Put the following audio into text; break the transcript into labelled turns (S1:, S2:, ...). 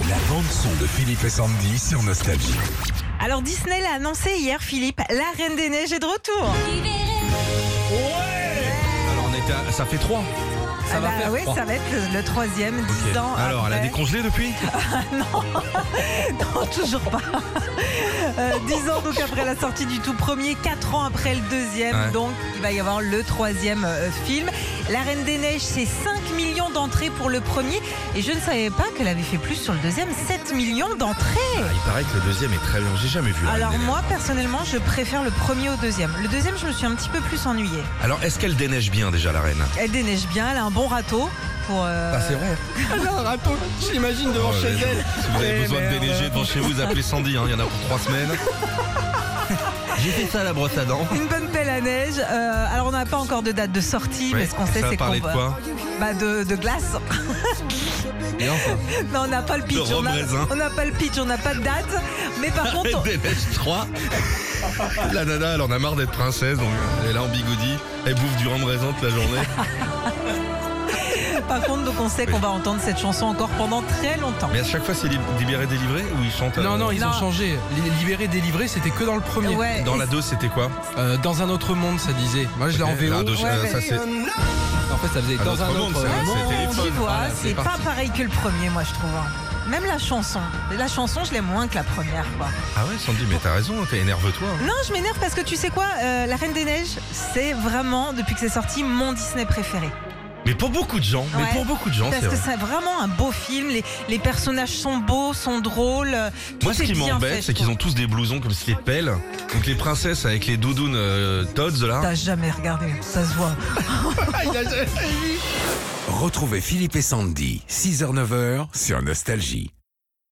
S1: bande son de Philippe et Sandy sur Nostalgie.
S2: Alors Disney l'a annoncé hier, Philippe, la Reine des Neiges est de retour.
S3: Alors on était à- ça fait 3. Ça
S2: Ah
S3: va
S2: bah
S3: faire
S2: oui,
S3: trois.
S2: ça va être le, le troisième, dix
S3: Ok.
S2: ans.
S3: Alors, elle a
S2: après.
S3: décongelé depuis
S2: Non, toujours pas. Euh, Dix ans donc après la sortie du tout premier, quatre ans après le deuxième,
S3: Ouais.
S2: donc il va y avoir le troisième euh, film. La Reine des Neiges, c'est 5 millions d'entrées pour le premier, et je ne savais pas qu'elle avait fait plus sur le deuxième, 7 millions d'entrées.
S3: Ah, Il paraît que le deuxième est très long, j'ai jamais vu. la
S2: Alors
S3: Reine des Neiges.
S2: moi personnellement, je préfère le premier au deuxième. Le deuxième, je me suis un petit peu plus ennuyée.
S3: Alors est-ce qu'elle déneige bien déjà la reine
S2: Elle déneige bien, elle a un bon râteau pour. euh,
S3: vrai.
S4: Alors, attends, je l'imagine devant chez elle.
S3: Oh, Si vous avez
S4: Eh
S3: besoin de
S4: merde.
S3: déneiger devant chez vous, appelez Sandy, hein, il y en a pour 3 semaines. j'ai fait ça à la brosse à dents.
S2: Une bonne pelle à neige. Euh, alors on n'a pas encore de date de sortie, mais
S3: Ouais.
S2: ce qu'on sait
S3: ça va
S2: c'est qu'on
S3: parler de quoi
S2: bah de, de glace.
S3: Bien, ça.
S2: Non, on n'a pas le pitch.
S3: rhum
S2: on n'a-
S3: raisin.
S2: On n'a pas le pitch, on n'a pas de date. Mais par contre,
S3: Elle déneige 3. La nana, elle en a marre d'être princesse, donc elle est là en bigoudi, elle bouffe du rhum raisin toute la journée.
S2: on, par contre, donc on sait qu'on va entendre cette chanson encore pendant très longtemps.
S3: Mais à chaque fois, c'est lib- libéré, délivré ou ils chantent euh,
S4: Non, non, ils
S2: Non.
S4: ont changé. Li- Libéré, délivré, c'était que dans le premier.
S2: Ouais,
S3: Dans la
S2: et-
S3: 2, c'était quoi
S4: Euh, dans un autre monde, ça disait. Moi, je l'ai en
S3: Ok,
S4: VO.
S3: la deux,
S2: Ouais,
S3: euh,
S2: mais-
S3: ça, c'est-
S4: En fait, ça faisait
S3: Un
S4: dans
S3: autre
S4: un autre
S3: monde, ça,
S4: monde.
S3: c'est téléphone.
S2: Ah, tu vois,
S4: Voilà,
S2: c'est pas
S4: parti.
S2: pareil que le premier, moi je trouve. hein. Même la chanson. La chanson, je l'aime moins que la première. Quoi.
S3: Ah ouais, Sandy, mais t'as raison, t'es énerve-toi. hein.
S2: Non, je m'énerve parce que tu sais quoi, euh, La Reine des Neiges, c'est vraiment, depuis que c'est sorti, mon Disney préféré.
S3: Mais pour beaucoup de gens, mais
S2: Ouais.
S3: pour beaucoup de gens,
S2: Parce
S3: c'est
S2: que
S3: vrai.
S2: c'est vraiment un beau film, les, les personnages sont beaux, sont drôles. euh, tout
S3: Moi, ce
S2: est
S3: qui
S2: bien
S3: m'embête,
S2: fait,
S3: c'est
S2: je
S3: qu'ils ont
S2: trouve.
S3: tous des blousons comme si c'était pelles. Donc les princesses avec les doudounes euh, Todds là.
S2: T'as jamais regardé, ça se voit.
S1: Retrouvez Philippe et Sandy, 6h-9h sur Nostalgie.